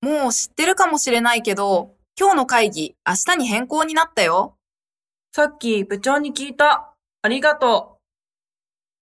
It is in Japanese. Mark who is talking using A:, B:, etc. A: もう知ってるかもしれないけど、今日の会議、明日に変更になったよ。
B: さっき部長に聞いた。ありがとう。